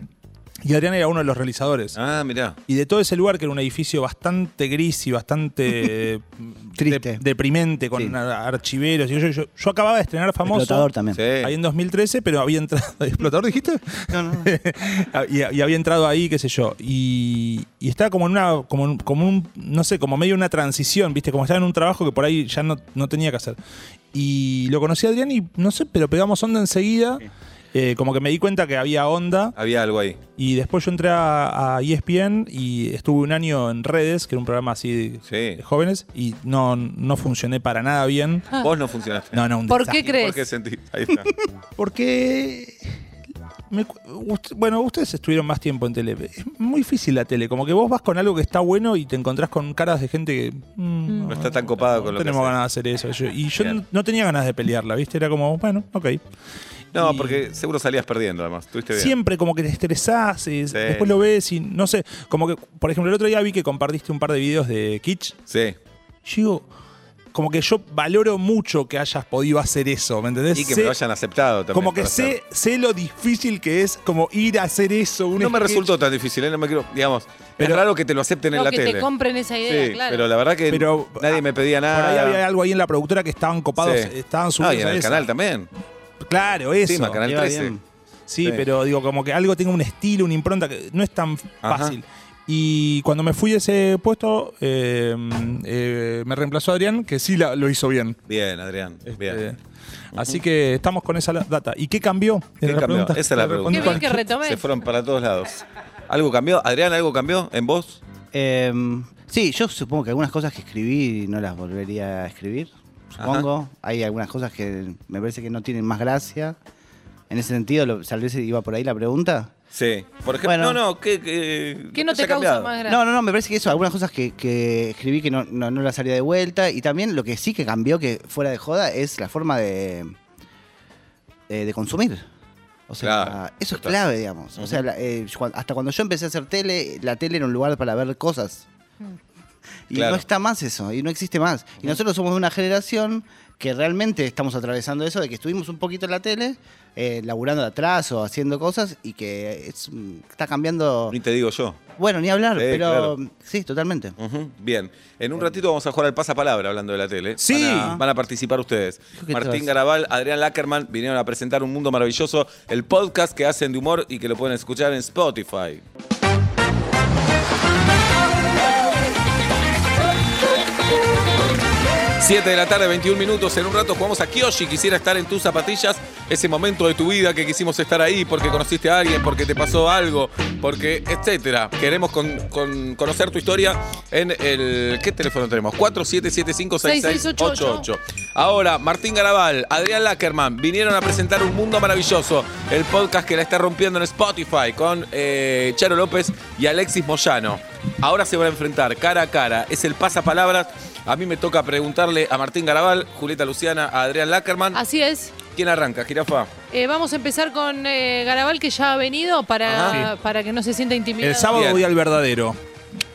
y Adrián era uno de los realizadores.
Ah, mirá.
Y de todo ese lugar, que era un edificio bastante gris y bastante eh,
Triste.
de- deprimente, con
Sí.
a- archiveros. Y yo, yo- yo acababa de estrenar famoso.
Explotador también.
Sí.
Ahí en 2013, pero había entrado. ¿Explotador dijiste?
No, no, no.
y, y había entrado ahí, qué sé yo. Y, y estaba como en una, como, en- como un, no sé, como medio una transición, ¿viste? Como estaba en un trabajo que por ahí ya no, no tenía que hacer. Y lo conocí a Adrián y no sé, pero pegamos onda enseguida. Eh, como que me di cuenta que había onda.
Había algo ahí.
Y después yo entré a, E a ESPN y estuve un año en redes, que era un programa así
Sí.
de jóvenes, y no, no funcioné para nada bien.
Vos no funcionaste.
Ah. No, no, un
¿Por
desastre.
qué crees?
¿Por qué sentí? Ahí está.
Porque. me cu- ust- bueno, ustedes estuvieron más tiempo en tele. Es muy difícil la tele. Como que vos vas con algo que está bueno y te encontrás con caras de gente que. mm,
No está tan copado con
no
lo que
tenemos
hace.
ganas de hacer eso. Yo- y yo
Bien.
no, no tenía ganas de pelearla, ¿viste? Era como, bueno, ok.
No,
Y-
porque seguro salías perdiendo, además. Tuviste bien.
Siempre como que te estresás, es-
Sí.
después lo ves y no sé. Como que, por ejemplo, el otro día vi que compartiste un par de videos de Kitsch
Sí.
Yo digo, como que yo valoro mucho que hayas podido hacer eso, ¿me entendés?
Y que
Sé-
me lo hayan aceptado también.
Como que
para hacer.
sé, sé lo difícil que es como ir a hacer eso. un
No me
sketch.
resultó tan difícil, ¿eh? no me quiero. Digamos,
Pero-
es raro que te lo acepten en
No,
la
que
tele.
te compren esa idea,
sí,
claro.
pero la verdad que
Pero,
nadie
ah,
me pedía nada.
Por ahí había algo ahí en la productora que estaban copados,
Sí.
estaban
Ah,
subidos
y en
a
el
eso.
canal también.
Claro, eso.
Sí, más Canal
Iba
13.
bien.
Sí,
Sí.
pero digo, como que algo tenga un estilo, una impronta, que no es tan
Ajá.
fácil. Y cuando me fui de ese puesto, eh, eh, me reemplazó Adrián, que sí la- lo hizo bien.
Bien, Adrián.
Eh,
Bien.
Así que estamos con esa la- data. ¿Y qué cambió?
¿Qué
Era la
cambió?
pregunta.
Esa es la
respondí
pregunta.
Qué bien que
cualquier-
retomé.
Se fueron para todos lados. ¿Algo cambió? Adrián, ¿algo cambió en vos?
Em, sí, yo supongo que algunas cosas que escribí no las volvería a escribir. Supongo. Hay algunas cosas que me parece que no tienen más gracia. En ese sentido, lo- tal vez iba por ahí la pregunta.
Sí. Por ejemplo, no,
Bueno.
no, ¿qué, qué,
¿Qué no
se
te
ha
causa
cambiado?
más gracia?
No, no, no, me parece que eso, algunas cosas que, que escribí que no, no, no las haría de vuelta. Y también lo que sí que cambió, que fuera de joda, es la forma de, eh, de consumir. O sea,
Claro,
eso es
total.
clave, digamos. O sea, la- eh, cua- hasta cuando yo empecé a hacer tele, la tele era un lugar para ver cosas. Y
Claro.
no está más eso, y no existe más. Y nosotros somos de una generación que realmente estamos atravesando eso de que estuvimos un poquito en la tele, eh, laburando de atrás o haciendo cosas, y que es- mm, está cambiando.
Ni te digo yo.
Bueno, ni hablar,
Sí,
pero
claro.
sí, totalmente.
Ujú, Bien. En un ratito vamos a jugar al pasapalabra hablando de la tele.
Sí.
Van a, van a participar ustedes.
Creo que te
Martín
vas.
Garabal, Adrián Lackerman vinieron a presentar Un Mundo Maravilloso, el podcast que hacen de humor y que lo pueden escuchar en Spotify. Siete de la tarde, 21 minutos. En un rato jugamos a Kioshi. Quisiera estar en tus zapatillas. Ese momento de tu vida que quisimos estar ahí porque conociste a alguien, porque te pasó algo, porque etcétera. Queremos con- con- conocer tu historia en el. ¿Qué teléfono tenemos? 47756688. Ahora, Martín Garabal, Adrián Lackerman vinieron a presentar Un Mundo Maravilloso, el podcast que la está rompiendo en Spotify con eh, Charo López y Alexis Moyano. Ahora se van a enfrentar cara a cara. Es el pasapalabras. A mí me toca preguntarle a Martín Garabal, Julieta Luciana, a Adrián Lackerman.
Así es.
¿Quién arranca, jirafa?
Eh, vamos a empezar con eh, Garabal, que ya ha venido
Ah,
para, para que no se sienta intimidado.
El sábado
Bien.
voy al verdadero.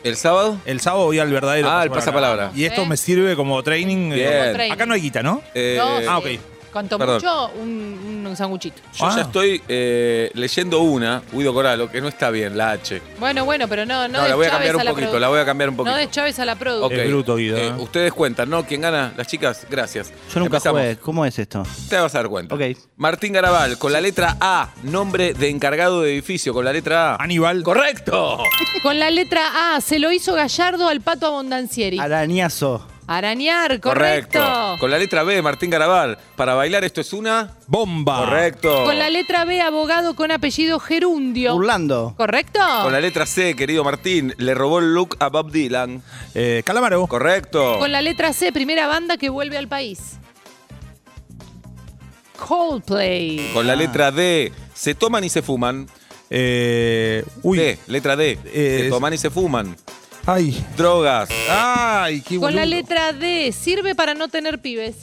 ¿El sábado?
El sábado voy al verdadero.
Ah, el pasapalabra.
Y esto
Sí.
me sirve como training. eh,
Bien.
training.
Acá no hay guita, ¿no?
Eh,
No,
ah,
sí.
ok.
Cuanto
Perdón.
mucho, un, un sanguchito.
Yo
Ah.
ya estoy eh, leyendo una, Guido Coralo, que no está bien, la H.
Bueno, bueno, pero no, no,
No,
de
la voy a
Chávez
cambiar un
la
poquito,
produ-
la voy a cambiar un poquito.
No de Chávez a la produ.
Ok.
Es bruto, Guido,
Eh,
¿eh?
ustedes cuentan, ¿no? ¿Quién gana? Las chicas, gracias.
Yo nunca
Empezamos.
jugué. ¿Cómo es esto?
Te vas a dar cuenta.
Ok.
Martín Garabal, con la letra A, nombre de encargado de edificio, con la letra A.
Aníbal.
¡Correcto!
Con la letra A, se lo hizo Gallardo al Pato Abondancieri.
Arañazo.
Arañar, correcto.
Con la letra B, Martín Garabal, para bailar esto es una.
Bomba.
Correcto.
Con la letra B, abogado con apellido Gerundio.
Burlando.
¿Correcto?
Con la letra C, querido Martín, le robó el look a Bob Dylan.
Eh, Calamaro.
Correcto.
Con la letra C, primera banda que vuelve al país. Coldplay.
Con la letra D, se toman y se fuman.
Eh, uy.
D, letra D,
Eh,
se
es-
toman y se fuman.
Ay.
Drogas.
Ay, qué
Con la
boludo.
letra D, sirve para no tener pibes.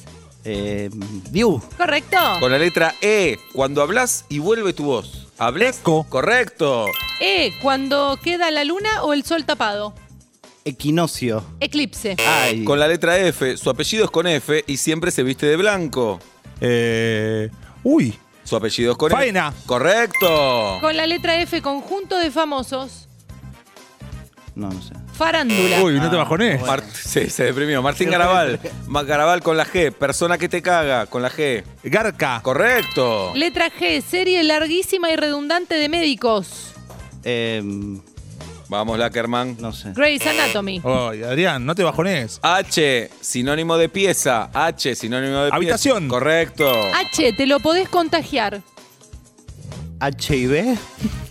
Eh, Diu.
¿Correcto?
Con la letra E, cuando hablas y vuelve tu voz. ¿Hables?
Eco.
Correcto.
E, cuando queda la luna o el sol tapado.
Equinoccio.
Eclipse.
Ay.
Con la letra F, su apellido es con F y siempre se viste de blanco.
Eh, uy.
Su apellido es con
Faena.
F. Correcto.
Con la letra F, conjunto de famosos.
No, no sé.
Farándula.
Uy,
Ah,
no te bajones.
Mart- sí, se deprimió. Martín Garabal. Ma- Garabal con la G. Persona que te caga con la G.
Garca.
Correcto.
Letra G, serie larguísima y redundante de médicos.
Em,
Vamos, Lackerman.
no sé.
Grey's Anatomy.
Oh.
Ay, Adrián, no te bajones.
H, sinónimo de pieza. H, sinónimo de pieza.
Habitación.
Correcto.
H, te lo podés contagiar.
HIV.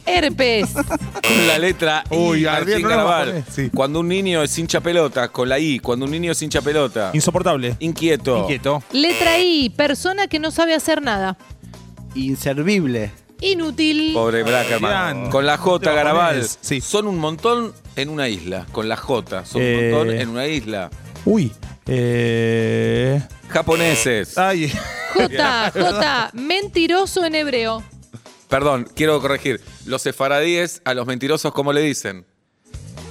Herpes.
Con la letra I,
Uy,
Martín
Adrián, no la
Garabal.
bajones, sí.
Cuando un niño es hincha pelota. Con la I. Cuando un niño es hincha pelota.
Insoportable.
Inquieto.
Inquieto.
Letra I, persona que no sabe hacer nada.
Inservible.
Inútil.
Pobre
Adrián.
Blackerman. Con la J,
Te
Garabal.
bajones, sí.
Son un montón en una isla. Con la J. Son
Eh.
un montón en una isla.
Uy. Eh,
Japoneses.
ay.
J, J, mentiroso en hebreo.
Perdón, quiero corregir. Los sefaradíes a los mentirosos, ¿cómo le dicen?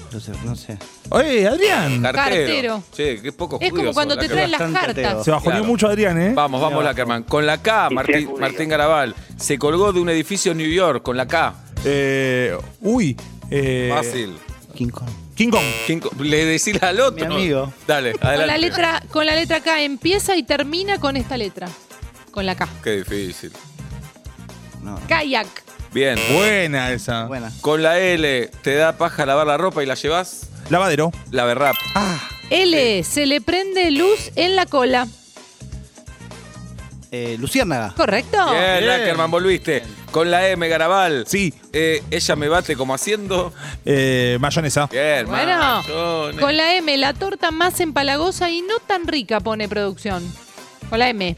Entonces, no sé.
Oye, Adrián.
Cartero.
Cartero.
Che, qué poco
Es como cuando te traen las
Bastante
cartas.
Se bajoneó
Claro.
mucho Adrián, ¿eh?
Vamos, vamos, Lackerman. Con la K, Martín, Martín Garabal. Se colgó de un edificio en New York con la K.
Eh, uy. eh,
Fácil.
King Kong.
King Kong.
¿Quién co- Le decís al otro.
Mi amigo.
Dale,
Con
adelante.
la, letra, con la letra K empieza y termina con esta letra. Con la K.
Qué difícil.
No.
Kayak.
Bien.
Buena esa.
Buena.
Con la L, ¿te da paja lavar la ropa y la llevas?
Lavadero.
La berrap.
L. Se le prende luz en la cola.
Eh, Luciérnaga.
¿Correcto?
Bien,
Bien.
Lackerman, volviste. Con la M, Garabal.
Sí.
Eh, ella me bate como haciendo.
Eh, mayonesa.
Bien,
Bueno,
machones.
con la M, la torta más empalagosa y no tan rica pone producción. Con la M,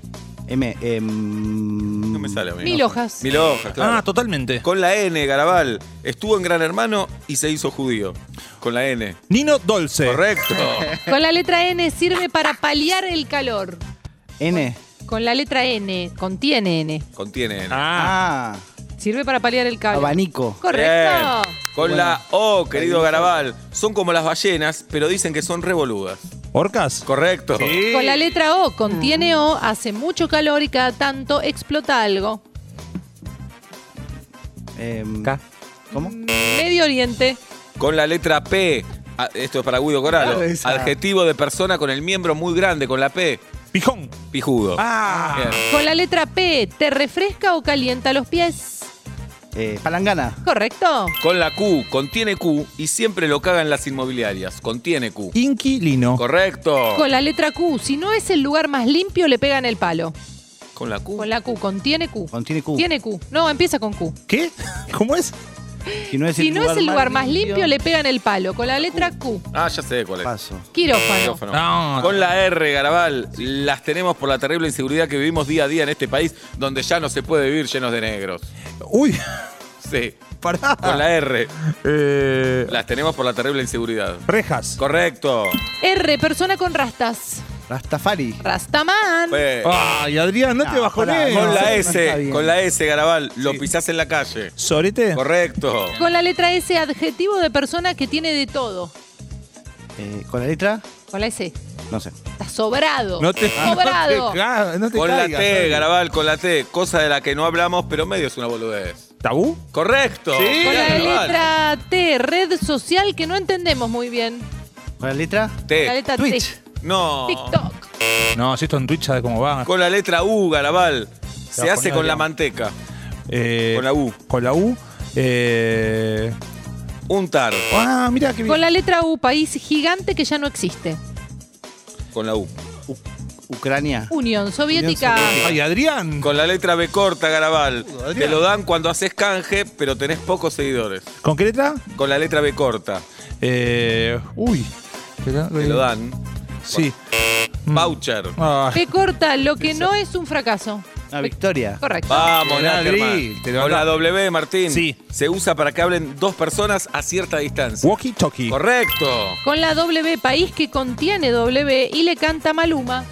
M. em,
No me sale, amigo.
mil hojas.
Mil hojas, claro.
Ah, totalmente.
Con la N, Garabal. Estuvo en Gran Hermano y se hizo judío. Con la N.
Nino Dolce.
Correcto.
Con la letra N sirve para paliar el calor.
N.
Con la letra N, contiene N,
Contiene N.
Ah.
Ah,
sirve para paliar el calor.
abanico.
Correcto.
Bien. Con la O, querido Garabal. Son como las ballenas, pero dicen que son revoludas.
¿Orcas?
Correcto.
Con la letra O, contiene O, hace mucho calor y cada tanto explota algo.
Em,
K.
¿Cómo?
Medio Oriente.
Con la letra P. Ah, Esto es para Guido Coralo.
Claro, esa.
Adjetivo de persona con el miembro muy grande, con la P.
Pijón.
Pijudo.
Ah.
Bien.
Con la letra P, te refresca o calienta los pies.
Eh, palangana.
Correcto.
Con la Q. Contiene Q y siempre lo cagan las inmobiliarias. Contiene Q.
Inquilino.
Correcto.
Con la letra Q, si no es el lugar más limpio, le pegan el palo.
Con la Q.
Con la Q, contiene Q.
Contiene Q.
Tiene Q. No, empieza con Q.
¿Qué? ¿Cómo es?
Si no es
Si no es el lugar más limpio, le pegan el palo. Con la letra Q.
Ah, ya sé cuál es.
Paso.
Quirófano.
Micrófono.
No.
Con la R, Garabal, las tenemos por la terrible inseguridad que vivimos día a día en este país, donde ya no se puede vivir llenos de negros.
Uy,
Sí,
pará.
Ah.
con la R,
Eh,
las tenemos por la E. terrible inseguridad.
rejas.
Correcto.
R, persona con rastas.
Rastafari.
Rastaman.
Fe.
Oh, Ay, Adrián, Ah, no, te
No,
bajonees.
pará,
E. Ah, Con
no
la E.
está
S,
bien.
con la S, Garabal, lo pisás en la calle.
¿Sorete?
Correcto.
Con la letra S, adjetivo de persona que tiene de todo.
Eh, ¿Con la letra?
Con la S.
No sé.
Está sobrado.
No te, no
sobrado.
te ca- no te
E. Con la
caigas,
T,
Adrián.
Garabal, con la T, cosa de la que no hablamos, pero medio es una boludez.
¿Tabú?
Correcto.
Sí.
con la
Mirá, Garabal.
letra T, red social que no entendemos muy bien.
¿Con la letra?
La
T.
letra
Twitch.
T.
No.
TikTok.
No, si esto en Twitch sabe cómo va.
Con la letra U, Garabal, se
La
hace con la
ponía.
manteca.
Eh,
con la U.
Con la U. Eh,
Untar.
ah, mira qué bien.
Con la letra U, país gigante que ya no existe.
Con la U.
U- Ucrania.
Unión Soviética.
Ay, Adrián.
Con la letra B corta, Garabal.
Adrián.
Te lo dan cuando haces canje, pero tenés pocos seguidores.
¿Con qué letra?
Con la letra B corta.
Eh, uy.
Te lo dan.
Sí.
Voucher.
Ah,
P corta, lo que no es un fracaso.
Ah, Victoria.
Correcto.
Vamos,
Te lo dan,
Nackerman.
Adri, te lo
Con la
dan.
W, Martín.
Sí.
Se usa para que hablen dos personas a cierta distancia.
Walkie talkie.
Correcto.
Con la W, país que contiene W y le canta Maluma.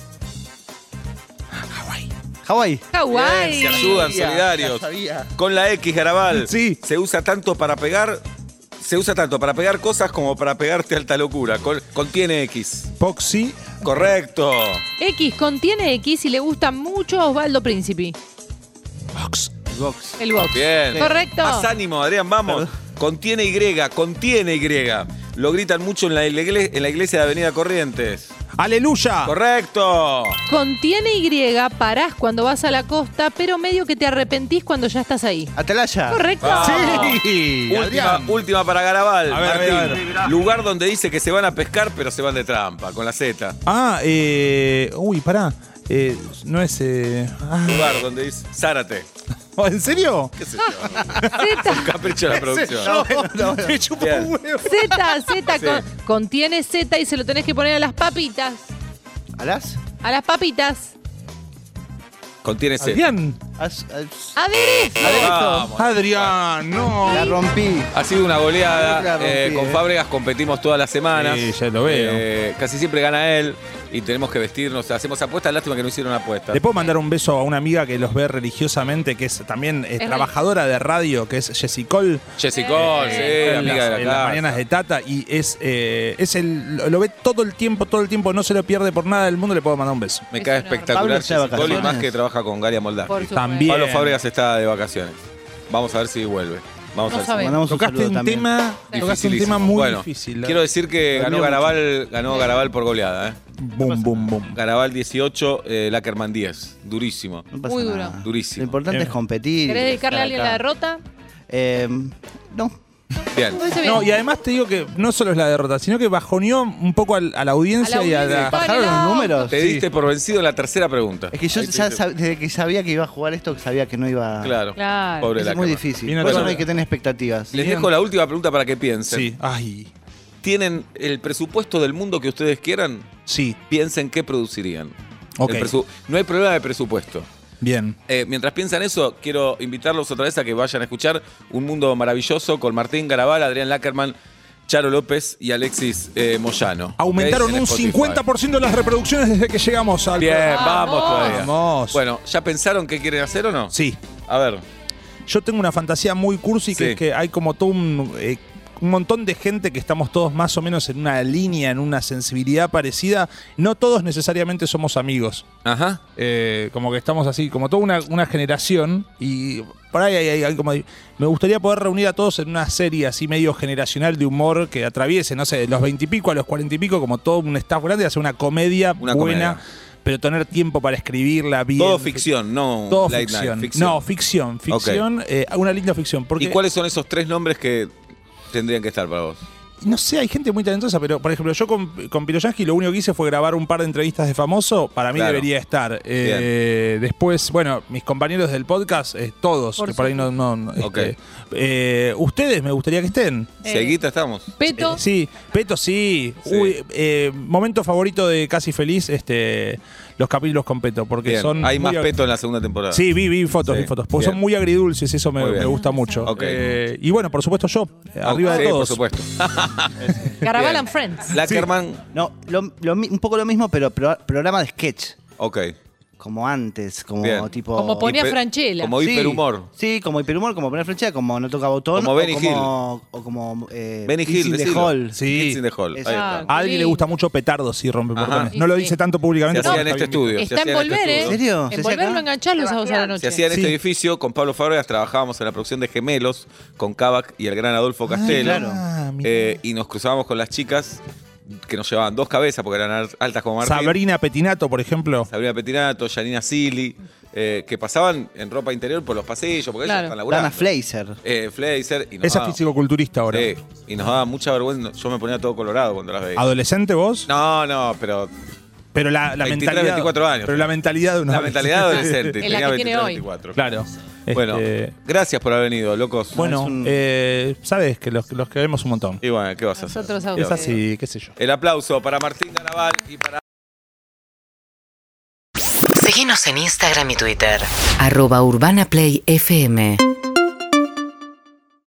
Hawái.
Hawái.
Bien, se ayudan
Sabía,
solidarios.
ya sabía.
Con la X, Garabal.
Sí.
Se usa tanto para pegar. Se usa tanto para pegar cosas como para pegarte alta locura. Con- contiene X.
Poxy.
Correcto.
X contiene X y le gusta mucho a Osvaldo Príncipe.
Box.
Box.
El box.
Bien.
Correcto.
Más ánimo, Adrián, vamos. Contiene Y, contiene Y. Lo gritan mucho en la, igle- en la iglesia de Avenida Corrientes.
Aleluya.
Correcto.
Contiene Y, parás cuando vas a la costa, pero medio que te arrepentís cuando ya estás ahí.
Atalaya.
Correcto.
Ah, Vamos.
Sí.
Ah. Última,
Adrián.
última para Garabal.
A ver, a ver, a
Martín. Lugar donde dice que se van a pescar, pero se van de trampa, con la Z.
Ah, eh. Uy, pará. Eh, no es. Eh, ah.
Lugar donde dice. Zárate.
Oh, ¿En serio?
¿Qué sé yo?
Z,
Capricho de la producción.
Me chupa
Bien.
un huevo.
Z, Z.
Sí.
con- contiene Z y se lo tenés que poner a las papitas.
¿Alas?
A las papitas.
Contiene Z.
Adrián.
As- as-
Aderezo.
Vamos.
Adrián, no.
La rompí.
Ha sido una goleada.
La rompí,
eh, con
eh.
Fábregas competimos todas las semanas.
Sí, ya lo veo.
Eh, casi siempre gana él. y tenemos que vestirnos, hacemos apuestas, lástima que no hicieron apuestas.
Le puedo mandar un beso a una amiga que los ve religiosamente, que es también eh,
Es
trabajadora de radio, que es Jessie Cole.
Jessica,
Eh,
sí,
en las-
amiga de la
en las
casa.
mañanas de Tata y es, eh, es el, lo- lo ve todo el tiempo, todo el tiempo, no se lo pierde por nada del mundo, le puedo mandar un beso.
Me
Es
cae
enorme.
espectacular
Pablo está de
Jessica Cole y más
vacaciones.
que trabaja con Galia Moldar.
Por supuesto.
También.
Pablo Fábregas está de vacaciones. Vamos a ver si vuelve. Vamos
No
a ver. si-
sabemos.
Mandamos un
Tocaste
saludo
un,
también.
tema, tocaste un tema
Dificilísimo.
muy
Bueno,
difícil. ¿eh?
Quiero decir que ganó
mucho.
Garabal, ganó Garabal por goleada, ¿eh?
Boom, boom, boom.
Garabal 18, eh, Lackerman 10. Durísimo.
No pasa
Muy
nada.
duro.
Durísimo. Eh.
Lo importante
Bien.
es competir. y
¿Querés dedicarle
estar
a alguien la
acá.
derrota?
Eh, no.
Bien.
Lo hice bien.
No, y además te digo que no solo es la derrota, sino que bajoneó un poco al- a la audiencia,
A la
y a
audiencia.
la.
Bajaron
¿Bajaron
los
los
auto.
números?
Te diste por vencido en la tercera pregunta.
Es que yo
Ahí te
ya
diste-
sab- desde que sabía que iba a jugar esto, sabía que no iba
Claro.
Claro.
Pobre
Es muy
Lackerman.
difícil.
Viene
Por eso
todo.
no hay que tener expectativas.
Les dejo la última pregunta para que piensen.
Sí, ay,
¿Tienen el presupuesto del mundo que ustedes quieran?
sí,
Piensen qué producirían.
Ok.
El presu- No hay problema de presupuesto.
bien.
Eh, mientras piensan eso, quiero invitarlos otra vez a que vayan a escuchar Un Mundo Maravilloso con Martín Garabal, Adrián Lackerman, Charo López y Alexis eh, Moyano. ¿Ok?
Aumentaron
En
un
Spotify.
50% de las reproducciones desde que llegamos al.
Bien, vamos
Vamos.
todavía.
Vamos.
Bueno, ¿ya pensaron qué quieren hacer o no?
Sí,
A ver,
Yo tengo una fantasía muy cursi que
Sí.
es que hay como todo un, eh, un montón de gente que estamos todos más o menos en una línea, en una sensibilidad parecida. No todos necesariamente somos amigos.
ajá.
Eh, como que estamos así, como toda una, una generación. Y por ahí hay, hay- hay como. Me gustaría poder reunir a todos en una serie así medio generacional de humor que atraviese, no sé, de los veintipico a los cuarenta y pico, como todo un staff grande, hacer una comedia
Una
buena.
comedia.
Pero tener tiempo para escribirla bien.
Todo ficción, no
Todo
late night,
ficción. No, ficción, ficción, eh, una linda ficción. Porque,
¿Y cuáles son esos tres nombres que tendrían que estar para vos?
No sé, hay gente muy talentosa, pero por ejemplo, yo con, con Piroyansky lo único que hice fue grabar un par de entrevistas de famoso. Para mí
Claro.
debería estar. Eh, después, bueno, mis compañeros del podcast, eh, todos,
Por
que por ahí no. no- no,
Ok.
este, eh, ustedes me gustaría que estén.
Eh,
Seguita estamos.
Peto.
Eh, sí, Peto sí.
Sí.
Uy, eh, momento favorito de Casi Feliz, este, los capítulos con Peto, porque
Bien.
son.
Hay
muy
más
ag-
peto en la segunda temporada.
Sí, vi, vi fotos,
Sí,
vi fotos. Porque son
Ah. bien.
muy agridulces, eso me,
Muy bien.
me gusta mucho.
Ok.
Eh, y bueno, por supuesto yo, eh,
Ah,
arriba
sí,
de todos.
por supuesto.
Carabal
Bien.
and Friends.
Lackerman,
No, lo- lo mi- un poco lo mismo, pero pro- programa de sketch.
ok.
Como antes, como
Bien.
tipo.
Como ponía
Hiper-
Franchella.
Como hiperhumor.
Sí, como hiperhumor, como poner flecha, como no toca botón.
Como Benny
o como, O como eh,
Benny
Kids
Hill,
in the
decilo.
Hall.
Sí.
Kids in the Hall. Ahí
Eso.
está.
Ah,
A alguien le gusta mucho petardo si rompe
Ajá.
portones.
Y
No lo
sí.
dice tanto públicamente.
Se hacía en
pero
este
está bien.
estudio. se
Está en
hacía en este
volver, ¿eh?
estudio.
¿En serio? ¿Se
En
hacía
volver
acá?
lo enganchás los sábados a la
Se
noche.
hacía en este
Sí.
edificio, con Pablo Fábregas trabajábamos en la producción de Gemelos, con Kavak y el gran Adolfo Castelo.
claro.
Ah, mira.
Eh, y nos cruzábamos con las chicas que nos llevaban dos cabezas porque eran al- altas como Martín.
Sabrina Petinato, por ejemplo.
Sabrina Petinato, Janina Silly, eh, que pasaban en ropa interior por los pasillos, porque
Claro.
ellos están laburando.
Dana Fleiser.
Eh, Fleiser. Y nos
Esa
daba-
es fisicoculturista ahora.
Sí, y nos daba mucha vergüenza. Yo me ponía todo colorado cuando las veía.
¿Adolescente vos?
No, no, pero
Pero la, la
23,
mentalidad.
24 años.
Pero la mentalidad de una
la mentalidad adolescente.
Es la
tenía
que tiene
23,
hoy.
24.
Claro.
Bueno,
Este,
gracias por haber venido, locos.
bueno,
Es un-
eh, sabes que los, los queremos un montón.
Y bueno, ¿qué vas a hacer?
Nosotros a
Es
ustedes.
así, qué sé yo.
El aplauso para Martín Garabal y para...
Seguinos en Instagram y Twitter.
arroba urbanaplayfm